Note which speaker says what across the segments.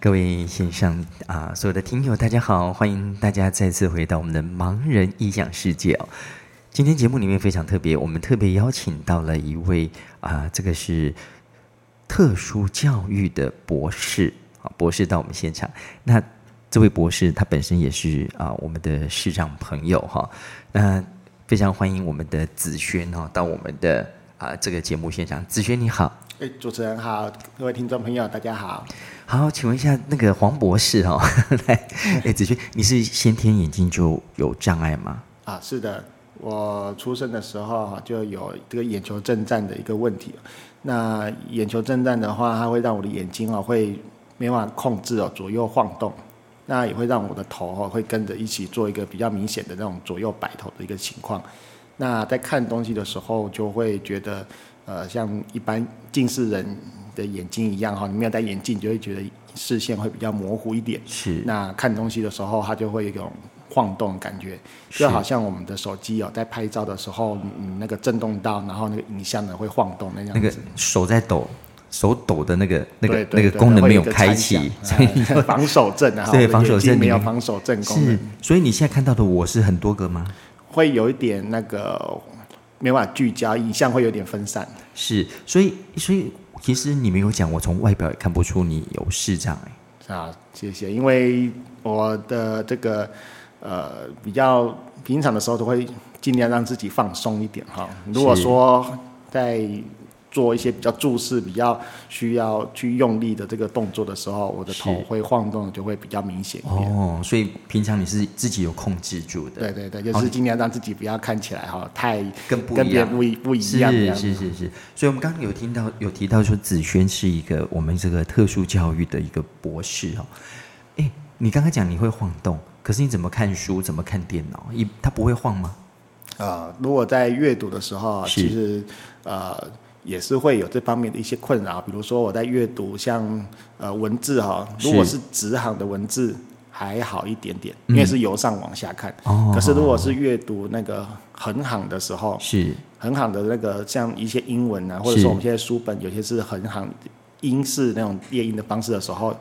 Speaker 1: 各位线上啊、所有的听友，大家好，欢迎大家再次回到我们的盲人异想世界哦。今天节目里面非常特别，我们特别邀请到了一位啊、这个是特殊教育的博士啊，博士到我们现场。那这位博士他本身也是啊、我们的视障朋友哈、那非常欢迎我们的子轩哦到我们的啊、这个节目现场。子轩你好，
Speaker 2: 哎，主持人好，各位听众朋友，大家好。
Speaker 1: 好，请问一下那个黄博士哦， 来，
Speaker 2: 嗯
Speaker 1: 哎子轩，你是先天眼睛就有障碍吗？
Speaker 2: 啊，是的，我出生的时候哈就有这个眼球震颤的一个问题。那眼球震颤的话，它会让我的眼睛哦会没办法控制哦左右晃动，那也会让我的头哦会跟着一起做一个比较明显的那种左右摆头的一个情况。那在看东西的时候，就会觉得呃像一般近视人的眼睛一样哈，你没有戴眼镜，就会觉得视线会比较模糊一点。
Speaker 1: 是
Speaker 2: 那看东西的时候，它就会有一种晃动的感觉，就好像我们的手机哦，在拍照的时候，嗯，那个震动到，然后那个影像呢会晃动那样
Speaker 1: 那个
Speaker 2: 子。
Speaker 1: 手在抖，手抖的那个那个
Speaker 2: 对
Speaker 1: 那
Speaker 2: 对
Speaker 1: 个
Speaker 2: 对
Speaker 1: 功能
Speaker 2: 会
Speaker 1: 没
Speaker 2: 有
Speaker 1: 有
Speaker 2: 一个
Speaker 1: 开
Speaker 2: 残
Speaker 1: 启，
Speaker 2: 响哎防守震 啊，
Speaker 1: 对
Speaker 2: 我的
Speaker 1: 防守
Speaker 2: 眼睛
Speaker 1: 震
Speaker 2: 没有
Speaker 1: 你
Speaker 2: 防守震功能
Speaker 1: 是，，所以你现在看到的我是很多个吗？
Speaker 2: 会有一点那个没办法聚焦，影像会有点分散。
Speaker 1: 是，所以所以其实你没有讲，我从外表也看不出你有视障哎、
Speaker 2: 啊，谢谢，因为我的这个呃比较平常的时候都会尽量让自己放松一点哈。如果
Speaker 1: 是
Speaker 2: 说在做一些比较注视、比较需要去用力的这个动作的时候，我的头
Speaker 1: 是
Speaker 2: 会晃动，就会比较明显一点。
Speaker 1: 哦，所以平常你是自己有控制住的，
Speaker 2: 对对对，就是尽量让自己不要看起来哈太
Speaker 1: 更不
Speaker 2: 跟
Speaker 1: 一
Speaker 2: 别
Speaker 1: 样
Speaker 2: 人。不一不一
Speaker 1: 是
Speaker 2: 样这样子
Speaker 1: 是是是，所以我们刚刚有听到有提到说子轩是一个我们这个特殊教育的一个博士哦。哎，你刚刚讲你会晃动，可是你怎么看书，怎么看电脑？一它不会晃吗？
Speaker 2: 啊、如果在阅读的时候啊，
Speaker 1: 是
Speaker 2: 其实呃也是会有这方面的一些困扰，比如说我在阅读像呃文字哈、
Speaker 1: 是
Speaker 2: 如果是直行的文字还好一点点，因为是由上往下看。
Speaker 1: 嗯哦
Speaker 2: 可是如果是阅读那个横行的时候，
Speaker 1: 是
Speaker 2: 横行的那个像一些英文啊，或者
Speaker 1: 是
Speaker 2: 说我们现在书本有些是横行英式那种列印的方式的时候，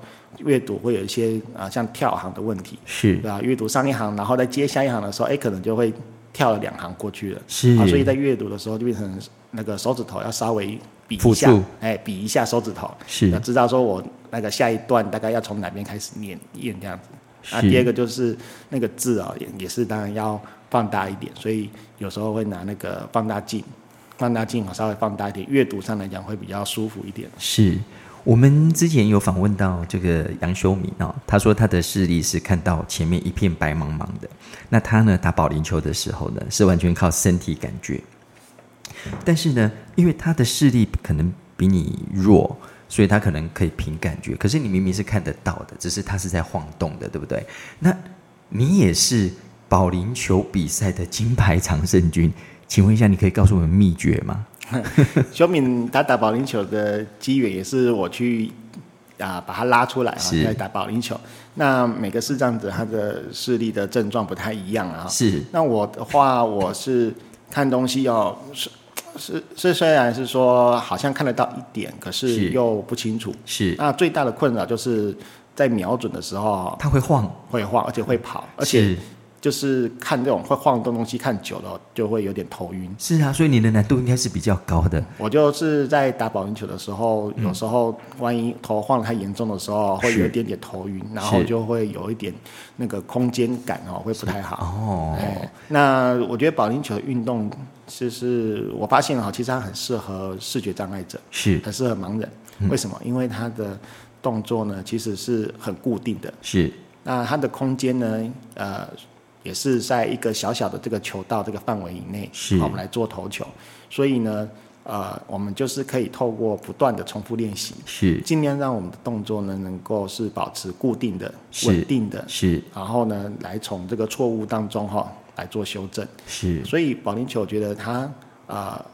Speaker 2: 阅读会有一些啊、像跳行的问题。
Speaker 1: 是
Speaker 2: 对啊，阅读上一行，然后再接下一行的时候，哎，可能就会跳了两行过去了。
Speaker 1: 是
Speaker 2: 啊，所以在阅读的时候就变成那个手指头要稍微比一
Speaker 1: 辅
Speaker 2: 下
Speaker 1: 助，
Speaker 2: 哎，比一下手指头，要
Speaker 1: 是
Speaker 2: 知道说我那个下一段大概要从哪边开始念念这样子。啊，
Speaker 1: 是
Speaker 2: 第二个就是那个字啊、也也是当然要放大一点，所以有时候会拿那个放大镜，放大镜哦稍微放大一点，阅读上来讲会比较舒服一点。
Speaker 1: 是。我们之前有访问到这个杨修敏哦，他说他的视力是看到前面一片白茫茫的，那他呢打保龄球的时候呢是完全靠身体感觉，但是呢，因为他的视力可能比你弱，所以他可能可以凭感觉。可是你明明是看得到的，只是他是在晃动的，对不对？那你也是保龄球比赛的金牌常胜军，请问一下，你可以告诉我们秘诀吗？
Speaker 2: 小敏他打保龄球的机缘也是我去啊把他拉出来啊，
Speaker 1: 是
Speaker 2: 来打保龄球。那每个视障者他的视力的症状不太一样啊。
Speaker 1: 是
Speaker 2: 那我的话，我是看东西哦，是是是，虽然是说好像看得到一点，可
Speaker 1: 是
Speaker 2: 是又不清楚。
Speaker 1: 是，
Speaker 2: 那最大的困扰就是在瞄准的时候
Speaker 1: 他会晃，
Speaker 2: 会晃，而且会跑，而且
Speaker 1: 是
Speaker 2: 就是看这种会晃动东西看久了就会有点头晕。
Speaker 1: 是啊，所以你的难度应该是比较高的。
Speaker 2: 我就是在打保龄球的时候，有
Speaker 1: 嗯
Speaker 2: 时候万一头晃得太严重的时候，会有一点点头晕，然后
Speaker 1: 是
Speaker 2: 就会有一点那个空间感哦，会不太好。
Speaker 1: 哦，
Speaker 2: 哎，那我觉得保龄球运动就是我发现哈，其实它很适合视觉障碍者，
Speaker 1: 是
Speaker 2: 很适合盲人。
Speaker 1: 嗯
Speaker 2: 为什么？因为它的动作呢，其实是很固定的，
Speaker 1: 是
Speaker 2: 那它的空间呢，呃，也是在一个小小的这个球道这个范围以内，
Speaker 1: 是
Speaker 2: 好我们来做投球。所以呢，呃，我们就是可以透过不断的重复练习，
Speaker 1: 是
Speaker 2: 尽量让我们的动作呢能够是保持固定的、
Speaker 1: 是
Speaker 2: 稳定的，
Speaker 1: 是
Speaker 2: 然后呢来从这个错误当中哈、来做修正。
Speaker 1: 是
Speaker 2: 所以保龄球，我觉得它啊、呃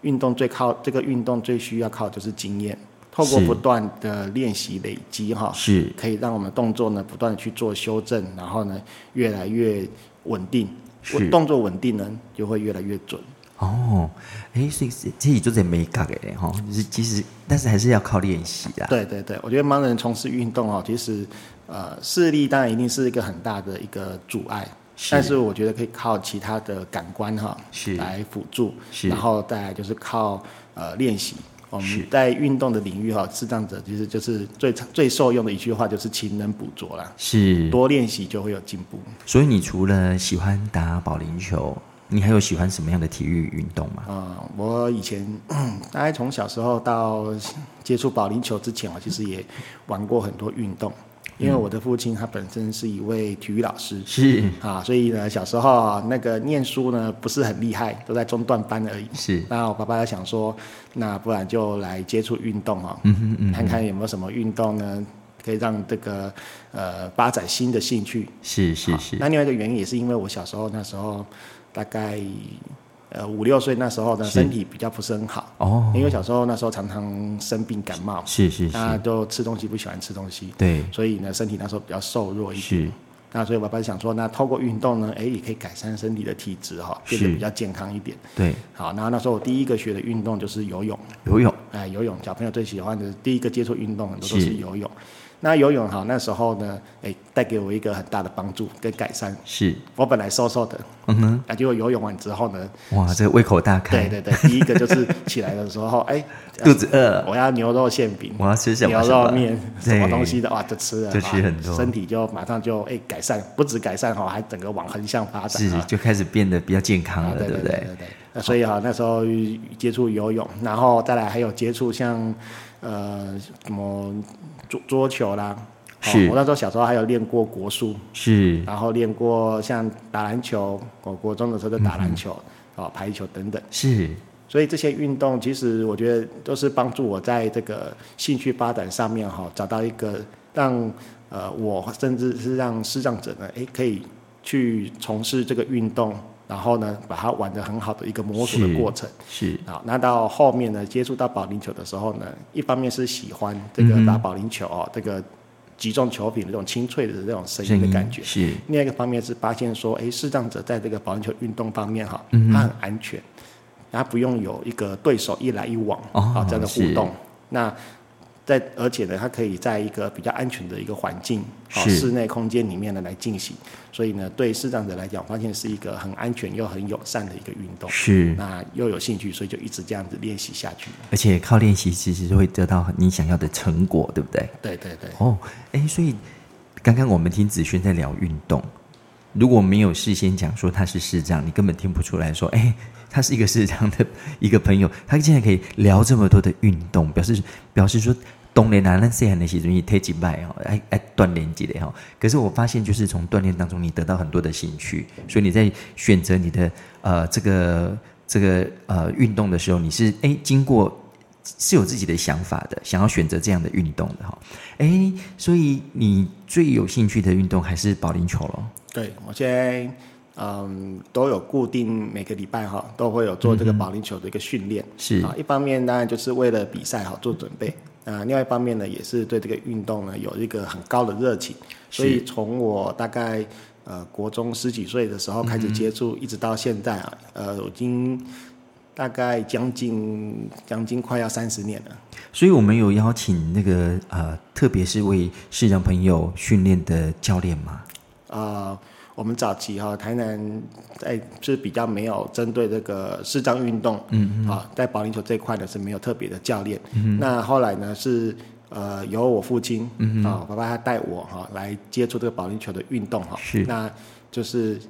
Speaker 2: 运动最靠这个运动最需要靠的就是经验，透过
Speaker 1: 是
Speaker 2: 不断的练习累积哈、
Speaker 1: 是
Speaker 2: 可以让我们动作呢不断的去做修正，然后呢越来越稳定
Speaker 1: 是，
Speaker 2: 动作稳定呢就会越来越准。
Speaker 1: 哦，哎，所以自己就在美感哎哈，就是其实但是还是要靠练习啦。
Speaker 2: 对对对，我觉得盲人从事运动哦，其实呃视力当然一定是一个很大的一个阻碍，
Speaker 1: 是
Speaker 2: 但是我觉得可以靠其他的感官哈、
Speaker 1: 是
Speaker 2: 来辅助，
Speaker 1: 是
Speaker 2: 然后再来就是靠呃练习。我
Speaker 1: 是
Speaker 2: 们在运动的领域哈、视障者其实就是最最受用的一句话就是勤能补拙啦，
Speaker 1: 是，
Speaker 2: 多练习就会有进步。
Speaker 1: 所以你除了喜欢打保龄球，你还有喜欢什么样的体育运动吗？
Speaker 2: 啊、我以前 大概从小时候到接触保龄球之前，我其实也玩过很多运动，因为我的父亲他本身是一位体育老师。
Speaker 1: 是
Speaker 2: 啊，所以呢，小时候啊那个念书呢不是很厉害，都在中段班而已。
Speaker 1: 是，
Speaker 2: 那我爸爸想说，那不然就来接触运动哦，
Speaker 1: 嗯哼嗯，
Speaker 2: 看看有没有什么运动呢，可以让这个呃发展新的兴趣。
Speaker 1: 是是是，
Speaker 2: 那另外一个原因也是因为我小时候那时候大概呃五六岁那时候呢，
Speaker 1: 是
Speaker 2: 身体比较不是很好，
Speaker 1: 哦，
Speaker 2: 因为小时候那时候常常生病感冒，
Speaker 1: 是是
Speaker 2: 那
Speaker 1: 是，
Speaker 2: 就吃东西不喜欢吃东西，
Speaker 1: 对，
Speaker 2: 所以呢身体那时候比较瘦弱一点。
Speaker 1: 是
Speaker 2: 那所以我爸爸想说，那透过运动呢，哎，也可以改善身体的体质哈、变得
Speaker 1: 是
Speaker 2: 比较健康一点。
Speaker 1: 对，
Speaker 2: 好，那那时候我第一个学的运动就是游泳。
Speaker 1: 游泳
Speaker 2: 哎，游泳，小朋友最喜欢的第一个接触运动，很多都
Speaker 1: 是
Speaker 2: 是游泳。那游泳哈，那时候呢，哎，带给我一个很大的帮助跟改善。
Speaker 1: 是，
Speaker 2: 我本来瘦瘦的，
Speaker 1: 嗯哼，
Speaker 2: 啊，结果游泳完之 后呢，
Speaker 1: 哇，这个胃口大开
Speaker 2: 对，对对，第一个就是起来的时候，哎， 呃
Speaker 1: 肚子饿，
Speaker 2: 我要牛肉馅饼，
Speaker 1: 我要吃什么
Speaker 2: 牛
Speaker 1: 什么
Speaker 2: 肉面，什么东西的，哇，就吃了，
Speaker 1: 就吃很多
Speaker 2: 哇身体就马上就哎改善，不止改善哈，还整个往横向发展
Speaker 1: 是
Speaker 2: 啊。
Speaker 1: 就开始变得比较健康
Speaker 2: 啊
Speaker 1: 了，
Speaker 2: 对
Speaker 1: 对不
Speaker 2: 对
Speaker 1: 对？
Speaker 2: 对那所以哈、那时候接触游泳，然后再来还有接触像呃什么桌桌球啦，哦
Speaker 1: 是
Speaker 2: 我那时候小时候还有练过国术，
Speaker 1: 是
Speaker 2: 然后练过像打篮球，我国中的时候就打篮球，
Speaker 1: 嗯
Speaker 2: 哦，排球等等。
Speaker 1: 是，
Speaker 2: 所以这些运动其实我觉得都是帮助我在这个兴趣发展上面哈、找到一个让呃我甚至是让视障者呢，诶可以去从事这个运动，然后呢把它玩得很好的一个摸索
Speaker 1: 是
Speaker 2: 的过程。
Speaker 1: 是
Speaker 2: 好，那到后面呢，接触到保龄球的时候呢，一方面是喜欢这
Speaker 1: 嗯
Speaker 2: 个
Speaker 1: 哼
Speaker 2: 打保龄球哦，这个击中球品的这种清脆的这种声音的感觉。
Speaker 1: 是
Speaker 2: 另外一个方面是发现说，诶，视障者在这个保龄球运动方面哈，
Speaker 1: 嗯哼
Speaker 2: 他很安全，他不用有一个对手一来一往
Speaker 1: 哦
Speaker 2: 啊这样的互
Speaker 1: 是
Speaker 2: 动。那在而且呢，他可以在一个比较安全的一个环境，哦
Speaker 1: 是
Speaker 2: 室内空间里面呢来进行。所以呢，对视障者来讲，我发现是一个很安全又很友善的一个运动。
Speaker 1: 是，
Speaker 2: 那又有兴趣，所以就一直这样子练习下去。
Speaker 1: 而且靠练习其实会得到你想要的成果，对不对？
Speaker 2: 对对对，
Speaker 1: 哦，哎，所以刚刚我们听子轩在聊运动，如果没有事先讲说他是视障，你根本听不出来说，哎，他是一个视障的一个朋友，他竟然可以聊这么多的运动， 表示表示说。东年南咱细汉的时候，你体几摆哦，哎哎锻炼几类哦。可是我发现，就是从锻炼当中，你得到很多的兴趣，所以你在选择你的呃这个这个呃运动的时候，你是哎经过是有自己的想法的，想要选择这样的运动的哈。哎，所以你最有兴趣的运动还是保龄球咯？
Speaker 2: 对我现在嗯都有固定每个礼拜哈都会有做这个保龄球的一个训练。
Speaker 1: 是
Speaker 2: 啊，一方面当然就是为了比赛好做准备，啊，另外一方面呢也是对这个运动呢有一个很高的热情，所以从我大概呃国中十几岁的时候开始接触，一直到现在啊，呃，我已经大概将近将近快要三十年了。
Speaker 1: 所以我们有邀请那个呃，特别是为视障朋友训练的教练嘛？
Speaker 2: 啊，我们早期哈、台南在是比较没有针对这个视障运动，嗯啊，在保龄球这一块呢是没有特别的教练。嗯、那后来呢是呃由我父亲，嗯啊，爸爸他带我哈、来接触这个保龄球的运动哈、
Speaker 1: 是
Speaker 2: 那就是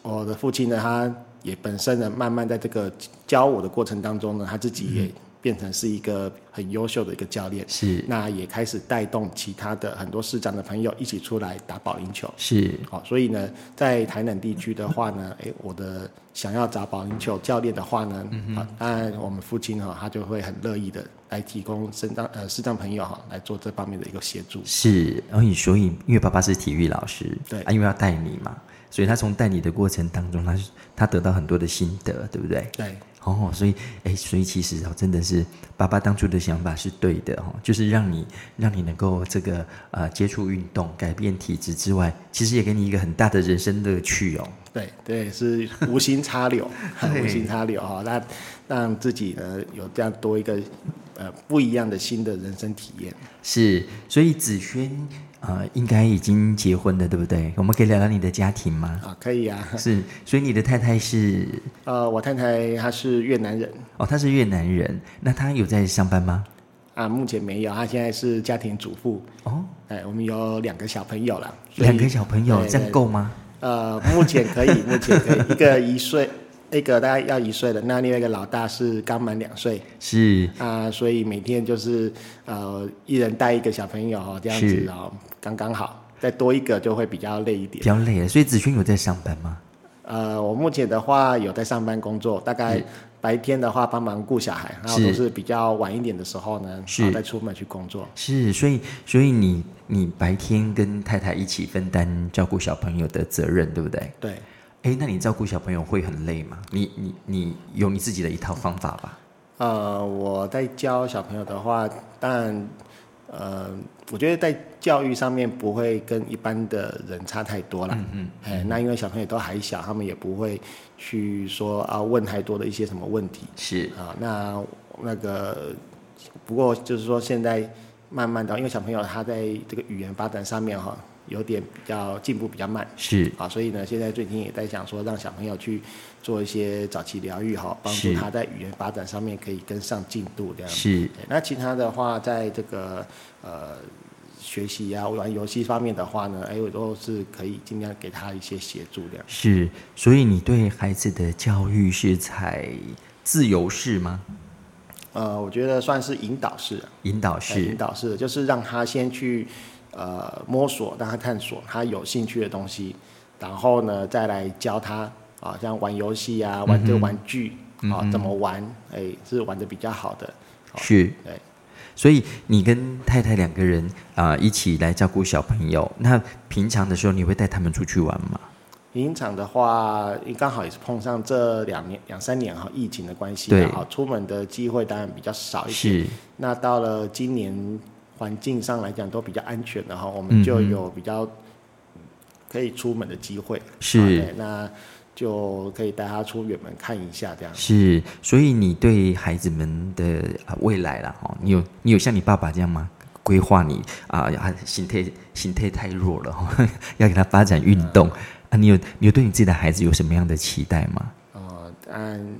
Speaker 2: 我的父亲呢，他也本身呢慢慢在这个教我的过程当中呢，他自己也变成是一个很优秀的一个教练。
Speaker 1: 是
Speaker 2: 那也开始带动其他的很多市长的朋友一起出来打保龄球，
Speaker 1: 是
Speaker 2: 好、所以呢，在台南地区的话呢， 诶，我的想要找保龄球教练的话呢，
Speaker 1: 嗯
Speaker 2: 好、当然我们父亲哈、他就会很乐意的来提供身障呃视障朋友哈、来做这方面的一个协助。
Speaker 1: 是，然后你所以因为爸爸是体育老师，
Speaker 2: 对
Speaker 1: 啊，因为要带你嘛，所以他从带你的过程当中，他是他得到很多的心得，对不对？
Speaker 2: 对，
Speaker 1: 哦，所以，哎，所以其实哦，真的是爸爸当初的想法是对的哦，就是让你让你能够这个呃接触运动，改变体质之外，其实也给你一个很大的人生乐趣哦。
Speaker 2: 对对，是无心插 柳
Speaker 1: 对，
Speaker 2: 无心插柳哈，那让自己呢有这样多一个呃不一样的新的人生体验。
Speaker 1: 是，所以子轩呃应该已经结婚了，对不对？我们可以聊聊你的家庭 吗？
Speaker 2: 啊，可以啊。
Speaker 1: 是，所以你的太太是
Speaker 2: 呃，我太太她是越南人
Speaker 1: 哦，她是越南人，那她有在上班吗？
Speaker 2: 啊，目前没有，她现在是家庭主妇。
Speaker 1: 哦，
Speaker 2: 哎，我们有两个小朋友了，所以
Speaker 1: 两个小朋友，
Speaker 2: 对
Speaker 1: 这样
Speaker 2: 对
Speaker 1: 够吗？
Speaker 2: 呃，目前可以，目前可以，一个一岁，一个大概要一岁的，那另外一个老大是刚满两岁
Speaker 1: 是，
Speaker 2: 啊、所以每天就是呃，一人带一个小朋友哦，这样
Speaker 1: 是
Speaker 2: 子哦，刚刚好，再多一个就会比较累一
Speaker 1: 比
Speaker 2: 点。
Speaker 1: 较累了，啊所以子轩有在上班吗？
Speaker 2: 呃，我目前的话有在上班工作，大概白天的话帮忙顾小孩，然后
Speaker 1: 是
Speaker 2: 都是比较晚一点的时候呢，
Speaker 1: 是
Speaker 2: 然后再出门去工作。
Speaker 1: 是，所以所以你你白天跟太太一起分担照顾小朋友的责任，对不对？
Speaker 2: 对，
Speaker 1: 哎，那你照顾小朋友会很累吗？你你你有你自己的一套方法吧？
Speaker 2: 呃，我在教小朋友的话，当然，呃，我觉得在教育上面不会跟一般的人差太多啦。嗯嗯。哎，那因为小朋友都还小，他们也不会去说啊问太多的一些什么问题
Speaker 1: 是
Speaker 2: 啊。那那个，不过就是说现在慢慢的，因为小朋友他在这个语言发展上面哈、有点比较进步比较慢。
Speaker 1: 是
Speaker 2: 啊，所以呢，现在最近也在想说，让小朋友去做一些早期疗愈，哈，帮助
Speaker 1: 是
Speaker 2: 他在语言发展上面可以跟上进度这样。
Speaker 1: 是
Speaker 2: 对那其他的话，在这个呃学习啊、玩游戏方面的话呢，哎，我都是可以尽量给他一些协助这样。
Speaker 1: 是，所以你对孩子的教育是采自由式吗？
Speaker 2: 呃，我觉得算是引导式、啊，
Speaker 1: 引导
Speaker 2: 哎引
Speaker 1: 式
Speaker 2: 导式的，就是让他先去呃摸索，让他探索他有兴趣的东西，然后呢再来教他啊，像玩游戏啊，玩这个玩具、
Speaker 1: 嗯
Speaker 2: 啊，怎么玩，哎、是玩的比较好的，
Speaker 1: 哦是，
Speaker 2: 对。
Speaker 1: 所以你跟太太两个人啊、一起来照顾小朋友，那平常的时候你会带他们出去玩吗？
Speaker 2: 影场的话，刚好也是碰上这两年、两三年哈疫情的关系，啊
Speaker 1: 对
Speaker 2: 好出门的机会当然比较少一些。
Speaker 1: 是
Speaker 2: 那到了今年环境上来讲都比较安全了哈，我
Speaker 1: 嗯
Speaker 2: 们就有比较可以出门的机会。啊
Speaker 1: 是
Speaker 2: 对那就可以带他出远门看一下这样。
Speaker 1: 是，所以你对孩子们的、啊未来啦，哦，你有你有像你爸爸这样吗？规划你啊，啊心态心态太弱了， 哦、要给他发展运动、
Speaker 2: 嗯
Speaker 1: 啊。你有你有对你自己的孩子有什么样的期待吗？
Speaker 2: 呃，嗯，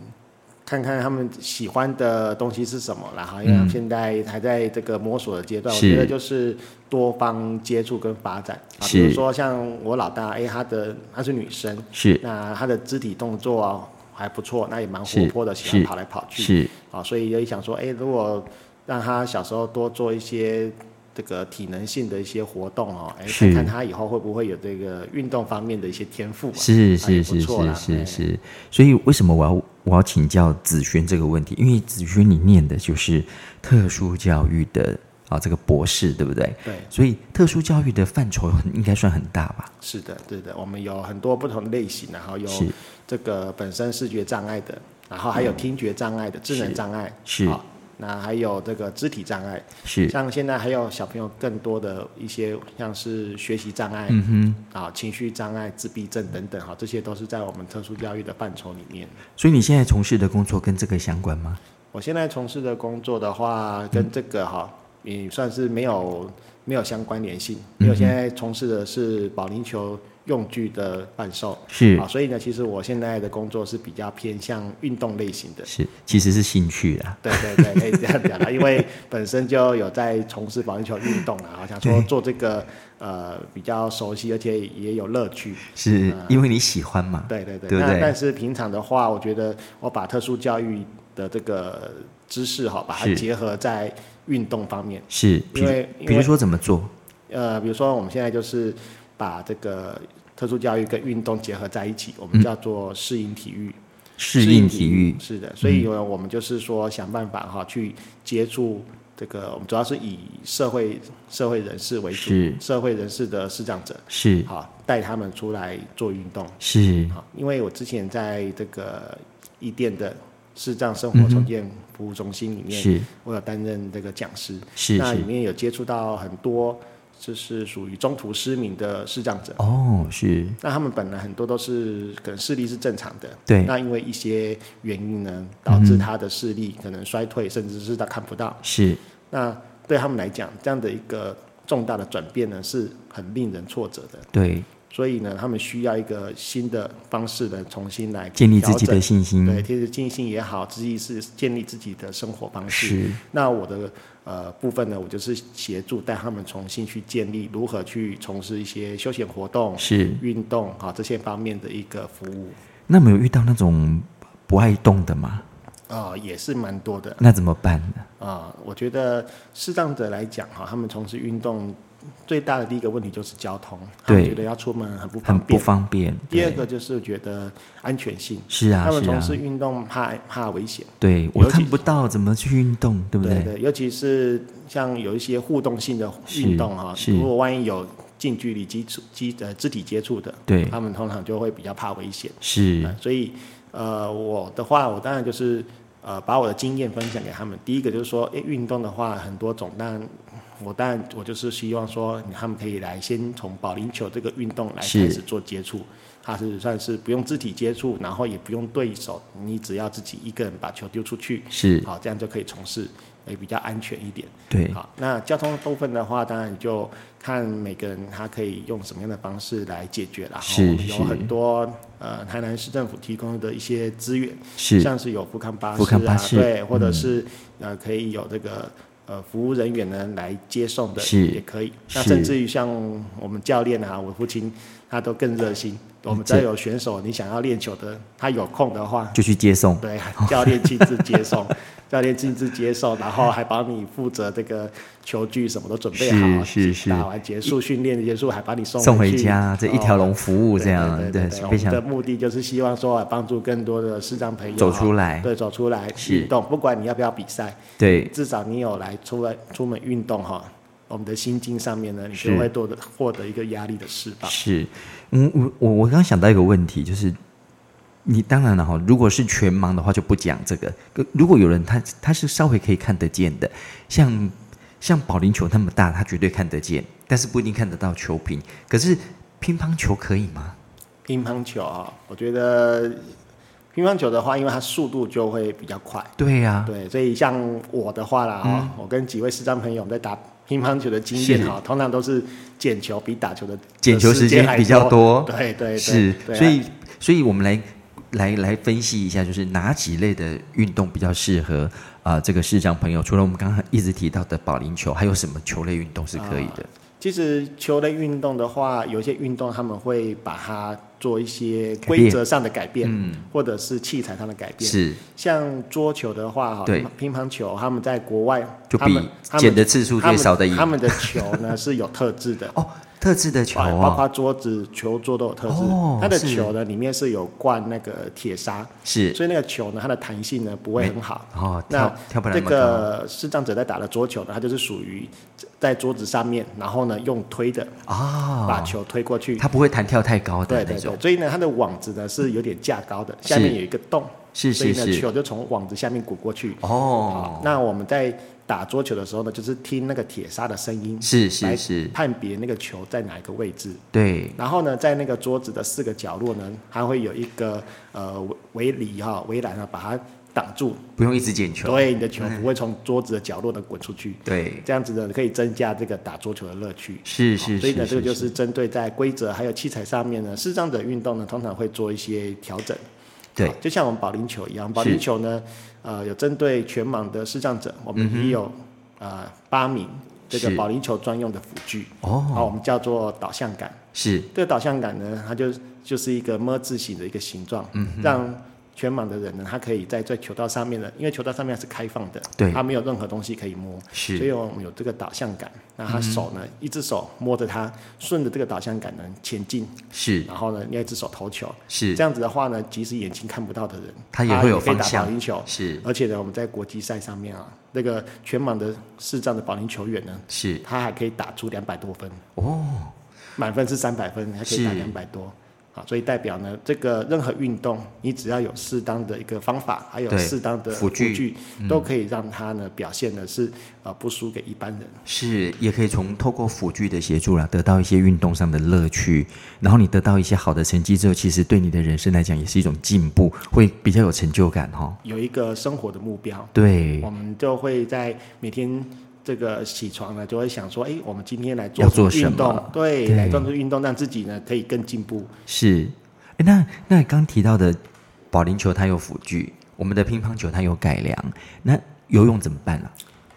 Speaker 2: 看看他们喜欢的东西是什么啦，哈，因为他们现在还在这个摸索的阶段，
Speaker 1: 嗯
Speaker 2: 我
Speaker 1: 是
Speaker 2: 觉得就是多方接触跟发展啊，
Speaker 1: 是
Speaker 2: 比如说像我老大，哎，她的她是女生，
Speaker 1: 是
Speaker 2: 那她的肢体动作啊还不错，那也蛮活
Speaker 1: 是
Speaker 2: 泼的，喜
Speaker 1: 是
Speaker 2: 欢跑来跑去
Speaker 1: 是
Speaker 2: 啊，所以也想说，哎，如果让她小时候多做一些。这个体能性的一些活动哦，哎，
Speaker 1: 是
Speaker 2: 看看她以后会不会有这个运动方面的一些天赋、啊。
Speaker 1: 是
Speaker 2: 啊也
Speaker 1: 是
Speaker 2: 不
Speaker 1: 是
Speaker 2: 错
Speaker 1: 是
Speaker 2: 啦
Speaker 1: 是
Speaker 2: 哎
Speaker 1: 是，所以为什么我要我要请教子轩这个问题？因为子轩你念的就是特殊教育的啊这个博士，对不对？
Speaker 2: 对，
Speaker 1: 所以特殊教育的范畴很应该算很大吧？
Speaker 2: 是的，对的，我们有很多不同类型，然后有
Speaker 1: 是嗯
Speaker 2: 这个本身视觉障碍的，然后还有听觉障碍的、智能障碍，
Speaker 1: 是
Speaker 2: 好那还有这个肢体障碍，
Speaker 1: 是
Speaker 2: 像现在还有小朋友更多的一些像是学习障碍，
Speaker 1: 嗯哼。
Speaker 2: 啊，情绪障碍、自闭症等等，哈，这些都是在我们特殊教育的范畴里面。
Speaker 1: 所以你现在从事的工作跟这个相关吗？
Speaker 2: 我现在从事的工作的话，跟这个哈也算是没有没有相关联性，因为我现在从事的是保龄球用具的贩售。
Speaker 1: 是
Speaker 2: 啊，所以呢，其实我现在的工作是比较偏向运动类型 的。
Speaker 1: 是，其实是兴趣啦。
Speaker 2: 对对对，可以这样讲啦，因为本身就有在从事保龄球运动啊，我想说做这个呃比较熟悉，而且也有乐趣。
Speaker 1: 是
Speaker 2: 嗯
Speaker 1: 因为你喜欢嘛？
Speaker 2: 对对对，
Speaker 1: 对不
Speaker 2: 那
Speaker 1: 对
Speaker 2: 但是平常的话，我觉得我把特殊教育的这个知识哈，把它
Speaker 1: 是
Speaker 2: 结合在运动方面。
Speaker 1: 是，比
Speaker 2: 因
Speaker 1: 如
Speaker 2: 为因
Speaker 1: 比如
Speaker 2: 为
Speaker 1: 说怎么做？
Speaker 2: 呃，比如说我们现在就是把这个特殊教育跟运动结合在一起，我们叫做适应体育。
Speaker 1: 嗯适应体育
Speaker 2: 是的，所以我们就是说想办法哈，去接触这个，我们主要是以社会社会人士为主，
Speaker 1: 是
Speaker 2: 社会人士的视障者，
Speaker 1: 是
Speaker 2: 好带他们出来做运动，
Speaker 1: 是
Speaker 2: 好，因为我之前在这个一店的视障生活重建服务中心里面，
Speaker 1: 嗯是
Speaker 2: 我有担任这个讲师，
Speaker 1: 是
Speaker 2: 那里
Speaker 1: 是
Speaker 2: 面有接触到很多这是属于中途失明的视障者。
Speaker 1: 哦，是，
Speaker 2: 那他们本来很多都是可能视力是正常的，
Speaker 1: 对，
Speaker 2: 那因为一些原因呢，导致他的视力可能衰退，甚至是他看不到。
Speaker 1: 是，
Speaker 2: 那对他们来讲，这样的一个重大的转变呢，是很令人挫折的。
Speaker 1: 对，
Speaker 2: 所以呢，他们需要一个新的方式呢，重新来
Speaker 1: 建立自己的
Speaker 2: 调
Speaker 1: 信
Speaker 2: 整
Speaker 1: 心，
Speaker 2: 对，其实尽兴也好，自己是建立自己的生活方式。
Speaker 1: 是，
Speaker 2: 那我的呃部分呢，我就是协助带他们重新去建立如何去从事一些休闲活动、
Speaker 1: 是。
Speaker 2: 运动啊这些方面的一个服务
Speaker 1: 那没有遇到那种不爱动的吗？
Speaker 2: 啊、也是蛮多的
Speaker 1: 那怎么办呢？
Speaker 2: 啊、我觉得视障者来讲哈、他们从事运动最大的第一个问题就是交通，他们
Speaker 1: 对
Speaker 2: 觉得要出门很不
Speaker 1: 很
Speaker 2: 方
Speaker 1: 不
Speaker 2: 便。
Speaker 1: 方便。
Speaker 2: 第二
Speaker 1: 对，
Speaker 2: 个就是觉得安全性，
Speaker 1: 是啊
Speaker 2: 他，们
Speaker 1: 是
Speaker 2: 从
Speaker 1: 啊
Speaker 2: 事，运动怕怕危险。
Speaker 1: 对我
Speaker 2: 尤其
Speaker 1: 看不到怎么去运动，对不
Speaker 2: 对
Speaker 1: 对？
Speaker 2: 尤其是像有一些互动性的
Speaker 1: 是
Speaker 2: 运动啊，
Speaker 1: 是
Speaker 2: 如果万一有近距离接触、肌呃肢体接触的，
Speaker 1: 对，
Speaker 2: 他们通常就会比较怕危险。
Speaker 1: 是
Speaker 2: 呃所以呃，我的话，我当然就是呃，把我的经验分享给他们。第一个就是说，诶，运动的话很多种，但我当然我就是希望说，他们可以来先从保龄球这个运动来开
Speaker 1: 是
Speaker 2: 始做接触。它是算是不用肢体接触，然后也不用对手，你只要自己一个人把球丢出去，
Speaker 1: 是，
Speaker 2: 好，这样就可以从事，也比较安全一点。
Speaker 1: 对，
Speaker 2: 好，那交通部分的话，当然就看每个人他可以用什么样的方式来解决啦。
Speaker 1: 是
Speaker 2: 我们有
Speaker 1: 是
Speaker 2: 很多呃台南市政府提供的一些资源，
Speaker 1: 是
Speaker 2: 像是有富康巴
Speaker 1: 富
Speaker 2: 士
Speaker 1: 康
Speaker 2: 啊，
Speaker 1: 巴士嗯
Speaker 2: 对，或者是、呃可以有这个。呃，服务人员呢来接送的
Speaker 1: 是
Speaker 2: 也可以，那
Speaker 1: 是
Speaker 2: 甚至于像我们教练啊，我父亲他都更热心。
Speaker 1: 嗯
Speaker 2: 我们只要有选手你想要练球的，他有空的话，
Speaker 1: 就去接送，
Speaker 2: 对， 教练亲自 接送，教练亲自接送，然后还帮你负责这个球具什么都准备好，
Speaker 1: 是是是
Speaker 2: 打完结束训练结束还把你送
Speaker 1: 送
Speaker 2: 回
Speaker 1: 回
Speaker 2: 去哦
Speaker 1: 家，这一条龙服务这样，
Speaker 2: 对
Speaker 1: 对，
Speaker 2: 对
Speaker 1: 是
Speaker 2: 我
Speaker 1: 非
Speaker 2: 们
Speaker 1: 常
Speaker 2: 的目的就是希望说帮助更多的视障朋友
Speaker 1: 走出来
Speaker 2: 对，走出来
Speaker 1: 是
Speaker 2: 运动，不管你要不要比赛，
Speaker 1: 对，
Speaker 2: 至少你有来出来出门运动哈。我们的心境上面呢，你
Speaker 1: 是
Speaker 2: 就会多的获得一个压力的释放。
Speaker 1: 是。嗯，我我我刚想到一个问题，就是你当然了哈，如果是全盲的话就不讲这个。可如果有人他他是稍微可以看得见的，像像保龄球那么大，他绝对看得见，但是不一定看得到球屏。可是乒乓球可以吗？
Speaker 2: 乒乓球啊，我觉得乒乓球的话，因为它速度就会比较快，
Speaker 1: 对呀、
Speaker 2: 对，所以像我的话
Speaker 1: 嗯
Speaker 2: 啦，哦，我跟几位视障朋友我们在打乒乓球的经验哈，通常都是捡球比打球的
Speaker 1: 捡球时间比较多
Speaker 2: 的时间还对对对，
Speaker 1: 是，
Speaker 2: 对啊
Speaker 1: 所以所以我们来来来分析一下，就是哪几类的运动比较适合啊、这个视障朋友？除了我们刚刚一直提到的保龄球，还有什么球类运动是可以
Speaker 2: 啊
Speaker 1: 的？
Speaker 2: 其实球类运动的话，有些运动他们会把它做一些
Speaker 1: 改变
Speaker 2: 规则上的改变，
Speaker 1: 嗯
Speaker 2: 或者是器材上的改变。
Speaker 1: 是，
Speaker 2: 像桌球的话，哈
Speaker 1: 对，
Speaker 2: 乒乓球他们在国外，
Speaker 1: 就
Speaker 2: 他们
Speaker 1: 比
Speaker 2: 他们
Speaker 1: 捡的次数最少的赢
Speaker 2: 他们他们的球呢是有特质的。
Speaker 1: 哦，特制的球
Speaker 2: 包哎包
Speaker 1: 哦，
Speaker 2: 括桌子、球桌都有特质
Speaker 1: 哦，
Speaker 2: 它的
Speaker 1: 是
Speaker 2: 球呢里面是有灌那个铁砂，
Speaker 1: 是
Speaker 2: 所以那个球呢，它的弹性呢不会很好。
Speaker 1: 哦，
Speaker 2: 那
Speaker 1: 跳跳不来
Speaker 2: 这
Speaker 1: 那么高。
Speaker 2: 个视障者在打的桌球呢，它就是属于在桌子上面，然后呢用推的把
Speaker 1: 啊，
Speaker 2: 球推过去。
Speaker 1: 它不会弹跳哦太高的
Speaker 2: 对
Speaker 1: 那
Speaker 2: 对
Speaker 1: 种
Speaker 2: 对，，所以呢，它的网子呢是有点架高的，
Speaker 1: 是
Speaker 2: 下面有一个洞，
Speaker 1: 是
Speaker 2: 所以
Speaker 1: 是
Speaker 2: 呢
Speaker 1: 是，
Speaker 2: 球就从网子下面滚过去。
Speaker 1: 哦
Speaker 2: 好，，那我们在打桌球的时候呢，就是听那个铁砂的声音，
Speaker 1: 是
Speaker 2: 来
Speaker 1: 是是，
Speaker 2: 判别那个球在哪一个位置。
Speaker 1: 对，
Speaker 2: 然后呢，在那个桌子的四个角落呢，它会有一个呃围围篱哈围栏啊，把它挡住，
Speaker 1: 不用一直捡球，
Speaker 2: 所以你的球不会从桌子的角落呢滚出去。
Speaker 1: 对，
Speaker 2: 这样子呢，可以增加这个打桌球的乐趣。
Speaker 1: 是
Speaker 2: 好
Speaker 1: 是
Speaker 2: 所以呢，
Speaker 1: 是
Speaker 2: 这
Speaker 1: 是，
Speaker 2: 个就是是针对在规则还有器材上面呢，视障者运动呢，通常会做一些调整。
Speaker 1: 对
Speaker 2: 好，就像我们保龄球一样，保
Speaker 1: 是
Speaker 2: 龄球呢，呃，有针对全盲的视障者，我们也有、呃八名这个
Speaker 1: 嗯是
Speaker 2: 保龄球专用的辅具，好，
Speaker 1: 哦，
Speaker 2: 我们叫做导向杆。
Speaker 1: 是
Speaker 2: 这个导向杆呢，它就就是一个么字形的一个形状，
Speaker 1: 嗯
Speaker 2: 让全盲的人呢，他可以在这球道上面呢，因为球道上面是开放的，
Speaker 1: 对
Speaker 2: 他没有任何东西可以摸，
Speaker 1: 是
Speaker 2: 所以我们有这个导向杆，那他手呢，一只手摸着它，顺着这个导向杆呢前进，
Speaker 1: 是
Speaker 2: 然后呢，另外一只手投球，
Speaker 1: 是
Speaker 2: 这样子的话呢，即使眼睛看不到的人，
Speaker 1: 他也会有
Speaker 2: 可以
Speaker 1: 方
Speaker 2: 打
Speaker 1: 向
Speaker 2: 保龄球，
Speaker 1: 是
Speaker 2: 而且呢，我们在国际赛上面啊，那个全盲的视障的保龄球员呢，
Speaker 1: 是
Speaker 2: 他还可以打出两百多分。
Speaker 1: 哦，
Speaker 2: 满分是三百分，还可以打
Speaker 1: 是
Speaker 2: 两百多。啊，所以代表呢，这个任何运动，你只要有适当的一个方法，还有
Speaker 1: 对
Speaker 2: 适当的
Speaker 1: 辅具嗯
Speaker 2: 都可以让他呢表现的是呃不输给一般人。
Speaker 1: 是，也可以从透过辅具的协助啦，得到一些运动上的乐趣，然后你得到一些好的成绩之后，其实对你的人生来讲也是一种进步，会比较有成就感哈、哦。
Speaker 2: 有一个生活的目标，
Speaker 1: 对
Speaker 2: 我，们就会在每天这个起床呢，就会想说，哎，我们今天来
Speaker 1: 要
Speaker 2: 做
Speaker 1: 做什
Speaker 2: 运动
Speaker 1: 么，
Speaker 2: 对，
Speaker 1: 对
Speaker 2: 来做出运动，让自己呢可以更进步。
Speaker 1: 是。诶那那刚提到的保龄球它有辅具，我们的乒乓球它有改良，那游泳怎么办啊呢、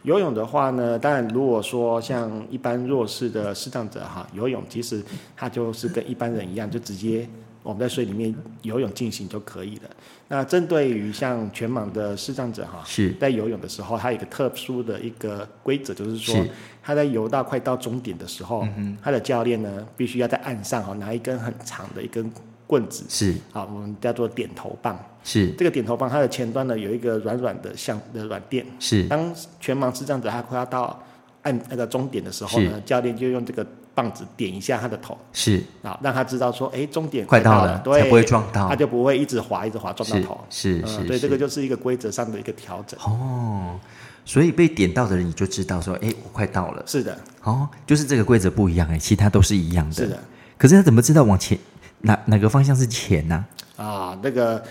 Speaker 2: 游泳的话呢，当然如果说像一般弱势的视障者哈，游泳其实他就是跟一般人一样，就直接我们在水里面游泳进行就可以了。那针对于像全盲的视障者哈，
Speaker 1: 是
Speaker 2: 在游泳的时候，他有一个特殊的一个规则，就是说
Speaker 1: 是
Speaker 2: 他在游到快到终点的时候，他的教练呢必须要在岸上哈拿一根很长的一根棍子，
Speaker 1: 是
Speaker 2: 啊，我们叫做点头棒。
Speaker 1: 是
Speaker 2: 这个点头棒它的前端呢有一个软软的像的软垫。
Speaker 1: 是
Speaker 2: 当全盲视障者他快要到按那个终点的时候呢，教练就用这个棒子点一下他的头，
Speaker 1: 是，
Speaker 2: 啊，让他知道说，哎，终点
Speaker 1: 快
Speaker 2: 到
Speaker 1: 到了
Speaker 2: 对，
Speaker 1: 才不会撞到
Speaker 2: 他就不会一直滑一直滑撞到
Speaker 1: 是
Speaker 2: 头。
Speaker 1: 是是
Speaker 2: 嗯，对，
Speaker 1: 是
Speaker 2: 这个就是一个规则上的一个调整。
Speaker 1: 哦。所以被点到的人，你就知道说，哎，我快到了。
Speaker 2: 是的，
Speaker 1: 哦，就是这个规则不一样哎，其他都是一样的。
Speaker 2: 是的，
Speaker 1: 可是他怎么知道往前哪哪个方向是前呢、
Speaker 2: 啊，那个。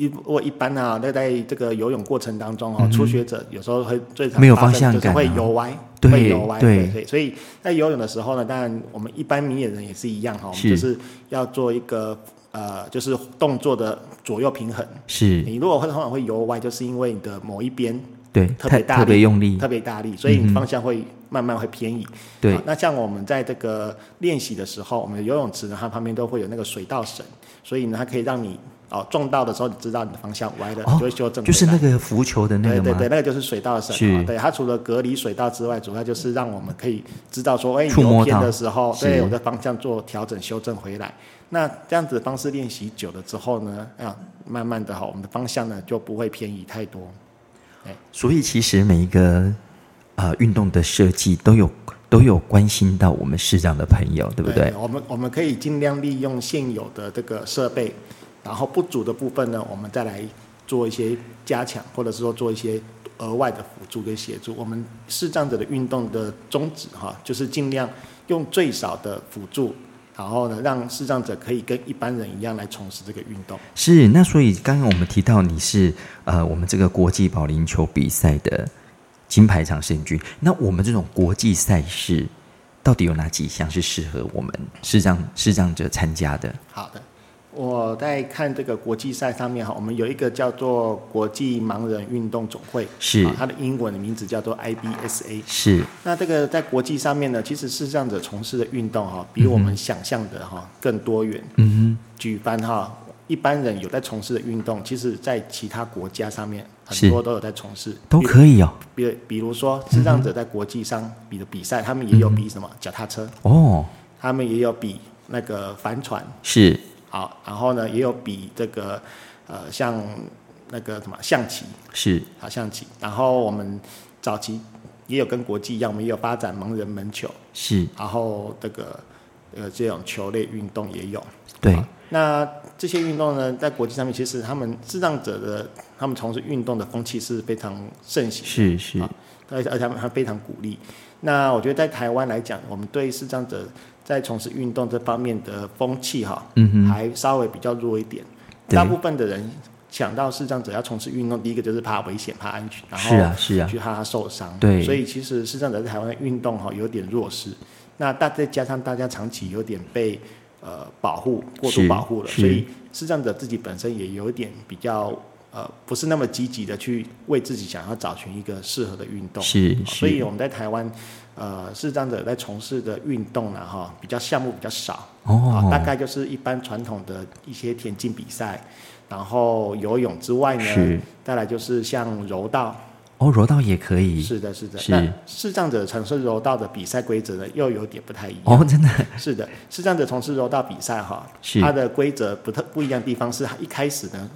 Speaker 2: 一我一般啊，那在这个游泳过程当中哦，初学者有时候会最常
Speaker 1: 嗯没有
Speaker 2: 发生
Speaker 1: 方向
Speaker 2: 就是
Speaker 1: 感
Speaker 2: 会
Speaker 1: 啊
Speaker 2: 游歪，
Speaker 1: 对
Speaker 2: 会游歪，
Speaker 1: 对
Speaker 2: 对对。所以在游泳的时候呢，当然我们一般明眼人也是一样哈，我们
Speaker 1: 是
Speaker 2: 就是要做一个呃，就是动作的左右平衡。
Speaker 1: 是，
Speaker 2: 你如果会通常会游歪，就是因为你的某一边
Speaker 1: 对，
Speaker 2: 特别
Speaker 1: 太
Speaker 2: 大力
Speaker 1: 特别用力嗯
Speaker 2: 特，别大力，所以你方向会慢慢会偏移。
Speaker 1: 对
Speaker 2: 好那像我们在这个练习的时候，我们的游泳池呢，它旁边都会有那个水道绳，所以呢，它可以让你哦撞到的时候，你知道你的方向歪了，
Speaker 1: 哦
Speaker 2: 你就会修正回
Speaker 1: 就
Speaker 2: 来。
Speaker 1: 是那个浮球的那
Speaker 2: 对
Speaker 1: 个吗？
Speaker 2: 对对，那个就是水道绳
Speaker 1: 是
Speaker 2: 啊。对，它除了隔离水道之外，主要就是让我们可以知道说，哎，
Speaker 1: 触摸
Speaker 2: 游偏
Speaker 1: 到
Speaker 2: 的时候，
Speaker 1: 是
Speaker 2: 对我的方向做调整、修正回来。那这样子的方式练习久了之后呢，啊，慢慢的哈，我们的方向呢就不会偏移太多。
Speaker 1: 所以其实每一个呃运动的设计都有都有关心到我们视障的朋友，对不对？
Speaker 2: 我们我们可以尽量利用现有的这个设备，然后不足的部分呢，我们再来做一些加强，或者是说做一些额外的辅助跟协助。我们视障者的运动的宗旨哈，就是尽量用最少的辅助，然后呢，让视障者可以跟一般人一样来从事这个运动。
Speaker 1: 是。那所以刚刚我们提到你是呃我们这个国际保龄球比赛的金牌常胜军，那我们这种国际赛事到底有哪几项是适合我们视障视障者参加的？
Speaker 2: 好的，我在看这个国际赛上面哈，我们有一个叫做国际盲人运动总会，
Speaker 1: 是
Speaker 2: 啊它的英文的名字叫做 IBSA。
Speaker 1: 是
Speaker 2: 那这个在国际上面呢，其实视障者从事的运动哈、比我们想象的哈、更多元。
Speaker 1: 嗯
Speaker 2: 举凡哈、一般人有在从事的运动，其实在其他国家上面
Speaker 1: 是
Speaker 2: 很多都有在从事
Speaker 1: 哼，，都可以哦。
Speaker 2: 比如。比比如说，视障者在国际上比的比赛，他们也有比什么脚踏车，
Speaker 1: 哦，
Speaker 2: 他们也有比那个帆船，
Speaker 1: 是
Speaker 2: 好，然后呢也有比这个呃像那个什么象棋，
Speaker 1: 是
Speaker 2: 好象棋。然后我们早期也有跟国际一样，我们也有发展盲人门球。
Speaker 1: 是，
Speaker 2: 然后这个呃这种球类运动也有。
Speaker 1: 对，
Speaker 2: 好那这些运动呢，在国际上面，其实他们智障者的他们从事运动的风气是非常盛行，
Speaker 1: 是是
Speaker 2: 好而且而且他们还非常鼓励。那我觉得在台湾来讲，我们对视障者在从事运动这方面的风气哈，
Speaker 1: 嗯哼
Speaker 2: 还稍微比较弱一点。
Speaker 1: 对
Speaker 2: 大部分的人想到视障者要从事运动，第一个就是怕危险、怕安全，然后
Speaker 1: 是啊是啊，
Speaker 2: 去怕他受伤。
Speaker 1: 对
Speaker 2: 所以其实视障者在台湾的运动哈、有点弱势，那大再加上大家长期有点被呃保护过度
Speaker 1: 是
Speaker 2: 保护了，
Speaker 1: 是
Speaker 2: 所以视障者自己本身也有点比较呃不是那么积极的去为自己想要找寻一个适合的运动。
Speaker 1: 是
Speaker 2: 好所以
Speaker 1: 是
Speaker 2: 我们在台湾，呃，视障者在从事的运动呢，哈，比较项目比较少，啊，大
Speaker 1: 哦，
Speaker 2: 概就是一般传统的一些田径比赛，然后游泳之外
Speaker 1: 是
Speaker 2: 呢，再来就是像柔道，
Speaker 1: 哦，柔道也可以
Speaker 2: 是的，是的。
Speaker 1: 是
Speaker 2: 那视障者从事柔道的比赛规则呢，又有点不太一样。
Speaker 1: 哦，真的
Speaker 2: 是的，视障者从事柔道比赛哈
Speaker 1: 是，
Speaker 2: 它的规则不特不一样的地方是，它一开始呢，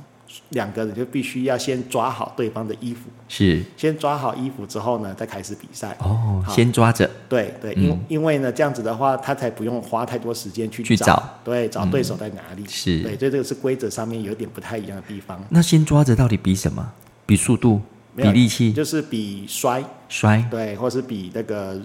Speaker 2: 两个人就必须要先抓好对方的衣服，
Speaker 1: 是
Speaker 2: 先抓好衣服之后呢，再开始比赛。
Speaker 1: 哦，
Speaker 2: 好
Speaker 1: 先抓着
Speaker 2: 对对，因、因为呢，这样子的话，他才不用花太多时间去
Speaker 1: 嗯去找嗯
Speaker 2: 对，找对手在哪里。
Speaker 1: 是
Speaker 2: 对，所以这个是规则上面有点不太一样的地方。
Speaker 1: 那先抓着到底比什么？比速度、
Speaker 2: 没
Speaker 1: 比
Speaker 2: 有
Speaker 1: 力气、
Speaker 2: 就是比摔，
Speaker 1: 摔？
Speaker 2: 对，或是比那个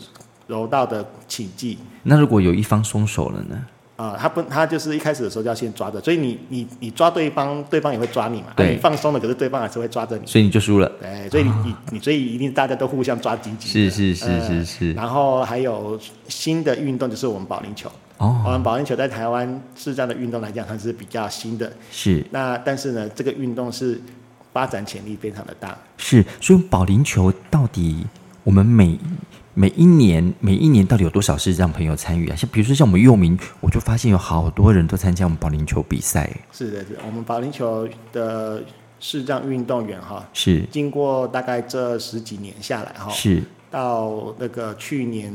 Speaker 2: 柔道的起技。
Speaker 1: 那如果有一方松手了呢？
Speaker 2: 啊、他不，他就是一开始的时候就要先抓着，所以你你你抓对方，对方也会抓你嘛。啊
Speaker 1: 对
Speaker 2: 你放松了，可是对方还是会抓着你。
Speaker 1: 所以你就输了。
Speaker 2: 对，所以你你你，所以一定大家都互相抓紧紧
Speaker 1: 是
Speaker 2: 的。呃
Speaker 1: 是是是是，
Speaker 2: 然后还有新的运动就是我们保龄球，我
Speaker 1: 哦，
Speaker 2: 们保龄球在台湾是这样的运动来讲，它是比较新的。
Speaker 1: 是
Speaker 2: 那但是呢，这个运动是发展潜力非常的大。
Speaker 1: 是，所以保龄球到底我们每每一年每一年到底有多少是让朋友参与啊？像比如说像我们佑明，我就发现有好多人都参加我们保龄球比赛，
Speaker 2: 是的，是的我们保龄球的视障运动员哈，
Speaker 1: 是
Speaker 2: 经过大概这十几年下来哈，
Speaker 1: 是
Speaker 2: 到那个去年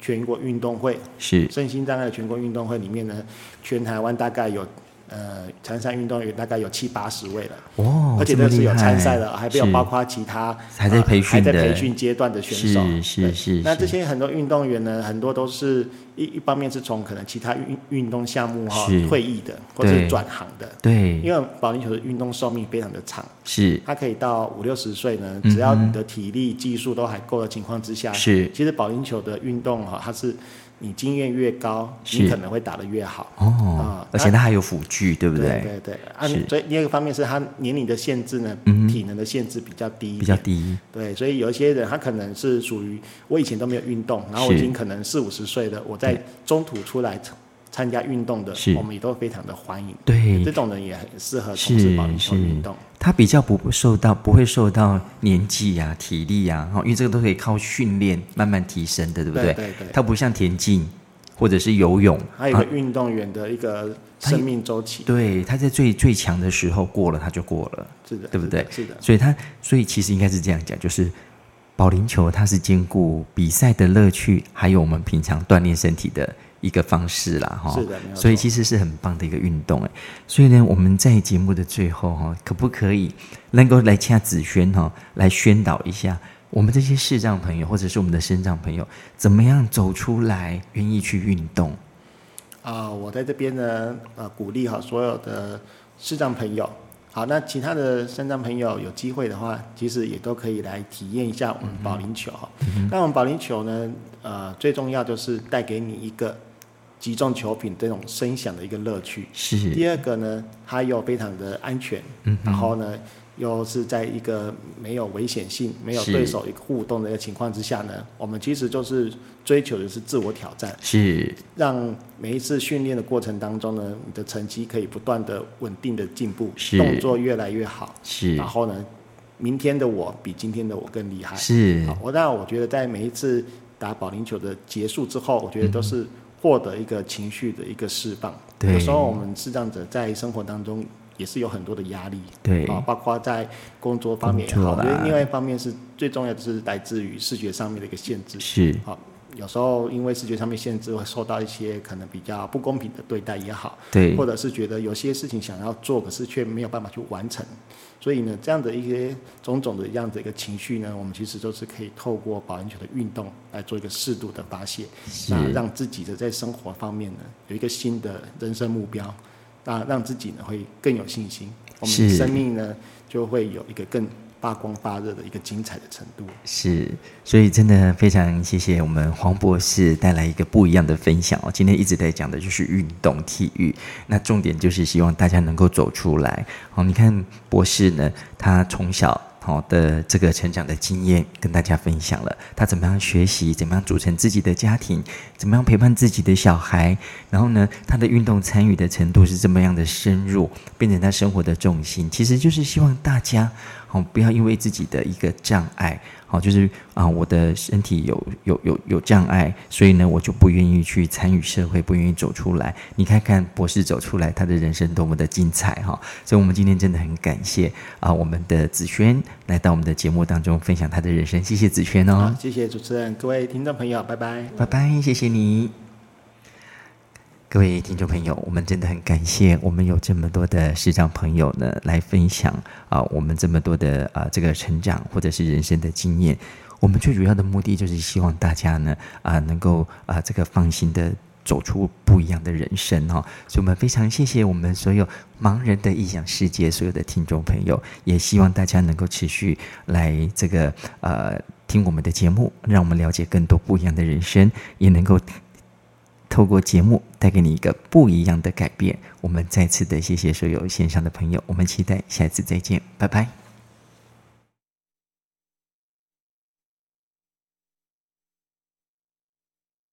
Speaker 2: 全国运动会，
Speaker 1: 是
Speaker 2: 身心障碍全国运动会里面呢，全台湾大概有呃参赛运动员大概有七八十位了。
Speaker 1: 哦，
Speaker 2: 而且
Speaker 1: 这么
Speaker 2: 这是
Speaker 1: 厉
Speaker 2: 有
Speaker 1: 害
Speaker 2: 参赛的，还没有
Speaker 1: 是
Speaker 2: 包括其他
Speaker 1: 还在
Speaker 2: 呃
Speaker 1: 培训
Speaker 2: 还在
Speaker 1: 的
Speaker 2: 培训阶段的选手。
Speaker 1: 是是
Speaker 2: 对
Speaker 1: 是
Speaker 2: 那这
Speaker 1: 是
Speaker 2: 些很多运动员呢，很多都是一一方面是从可能其他运运动项目哈、
Speaker 1: 是
Speaker 2: 退役的，或者
Speaker 1: 对
Speaker 2: 是转行的。
Speaker 1: 对
Speaker 2: 因为保龄球的运动寿命非常的长，
Speaker 1: 是
Speaker 2: 它可以到五六十岁呢，
Speaker 1: 嗯
Speaker 2: 只要你的体力、技术都还够的情况之下，
Speaker 1: 是
Speaker 2: 其实保龄球的运动哈、它是你经验越高，你
Speaker 1: 是
Speaker 2: 可能会打得越好。
Speaker 1: 哦
Speaker 2: 啊，
Speaker 1: 而且它还有辅具，对不
Speaker 2: 对
Speaker 1: 对？
Speaker 2: 对对，啊，
Speaker 1: 是嗯
Speaker 2: 所以另一个方面是他年龄的限制呢，体能的限制比较低一
Speaker 1: 比较
Speaker 2: 点。
Speaker 1: 低
Speaker 2: 对，所以有一些人他可能是属于我以前都没有运动，然后我
Speaker 1: 是
Speaker 2: 已经可能四五十岁了，我在中途出来参参加运动的
Speaker 1: 是，
Speaker 2: 我们也都非常的欢迎。
Speaker 1: 对
Speaker 2: 这种人也很适合从事保龄球
Speaker 1: 是
Speaker 2: 运动。
Speaker 1: 他比较不受到不会受到年纪呀、体力呀、哈，因为这个都可以靠训练慢慢提升的，对不
Speaker 2: 对对对
Speaker 1: 它不像田径或者是游泳，
Speaker 2: 还有一
Speaker 1: 啊
Speaker 2: 个运动员的一个生命周期，
Speaker 1: 对，他在最最强的时候过了，他就过了，
Speaker 2: 是的，
Speaker 1: 对不
Speaker 2: 是的
Speaker 1: 对
Speaker 2: 是的，
Speaker 1: 所以他所以其实应该是这样讲，就是保龄球它是兼顾比赛的乐趣，还有我们平常锻炼身体的一个方式啦，哈，
Speaker 2: 是的没有错
Speaker 1: 所以其实是很棒的一个运动，哎，所以呢，我们在节目的最后哈，可不可以能够来洽子轩哈，来宣导一下我们这些视障朋友或者是我们的身障朋友，怎么样走出来，愿意去运动？
Speaker 2: 啊、我在这边呢，呃，鼓励哈所有的视障朋友。好，那其他的身障朋友有机会的话，其实也都可以来体验一下我们保龄球哈。
Speaker 1: 嗯
Speaker 2: 那我们保龄球呢，呃，最重要就是带给你一个击中球品这种声响的一个乐趣。
Speaker 1: 是嗯
Speaker 2: 第二个呢，它又非常的安全，然后呢，又是在一个没有危险性、没有
Speaker 1: 是
Speaker 2: 对手一个互动的一个情况之下呢，我们其实就是追求的是自我挑战。
Speaker 1: 是
Speaker 2: 让每一次训练的过程当中呢，你的成绩可以不断的稳定的进步，
Speaker 1: 是
Speaker 2: 动作越来越好，
Speaker 1: 是
Speaker 2: 然后呢，明天的我比今天的我更厉害。
Speaker 1: 是
Speaker 2: 好，我那我觉得在每一次打保龄球的结束之后，我觉得都是获得一个情绪的一个释放。
Speaker 1: 嗯对
Speaker 2: 有时候我们视障者在生活当中也是有很多的压力，
Speaker 1: 对
Speaker 2: 啊，包括在工作方面也好，
Speaker 1: 工作啊
Speaker 2: 我觉
Speaker 1: 啦
Speaker 2: 得另外一方面是最重要的是来自于视觉上面的一个限制。
Speaker 1: 是
Speaker 2: 好，有时候因为视觉上面限制，会受到一些可能比较不公平的对待也好，
Speaker 1: 对
Speaker 2: 或者是觉得有些事情想要做，可是却没有办法去完成。所以呢，这样的一些种种的这样的一个情绪呢，我们其实都是可以透过保龄球的运动来做一个适度的发泄，那让自己的在生活方面呢有一个新的人生目标，那让自己呢会更有信心，我们的
Speaker 1: 是
Speaker 2: 生命呢就会有一个更发光发热的一个精彩的程度。
Speaker 1: 是，所以真的非常谢谢我们黄博士带来一个不一样的分享哦。今天一直在讲的就是运动体育，那重点就是希望大家能够走出来。好、你看博士呢，他从小好、的这个成长的经验跟大家分享了，他怎么样学习，怎么样组成自己的家庭，怎么样陪伴自己的小孩，然后呢，他的运动参与的程度是这么样的深入，变成他生活的重心。其实就是希望大家好、不要因为自己的一个障碍，好、就是啊、我的身体有有有有障碍，所以呢，我就不愿意去参与社会，不愿意走出来。你看看博士走出来，他的人生多么的精彩哈、所以，我们今天真的很感谢啊、我们的子轩来到我们的节目当中分享他的人生，谢谢子轩哦
Speaker 2: 好，。谢谢主持人，各位听众朋友，拜拜。
Speaker 1: 拜拜，谢谢你。各位听众朋友，我们真的很感谢我们有这么多的视障朋友呢来分享啊、我们这么多的啊、这个成长或者是人生的经验。我们最主要的目的就是希望大家呢啊、能够啊、这个放心的走出不一样的人生哦。所以我们非常谢谢我们所有盲人的异想世界所有的听众朋友，也希望大家能够持续来这个呃听我们的节目，让我们了解更多不一样的人生，也能够透过节目带给你一个不一样的改变。我们再次的谢谢所有线上的朋友，我们期待下次再见，拜拜。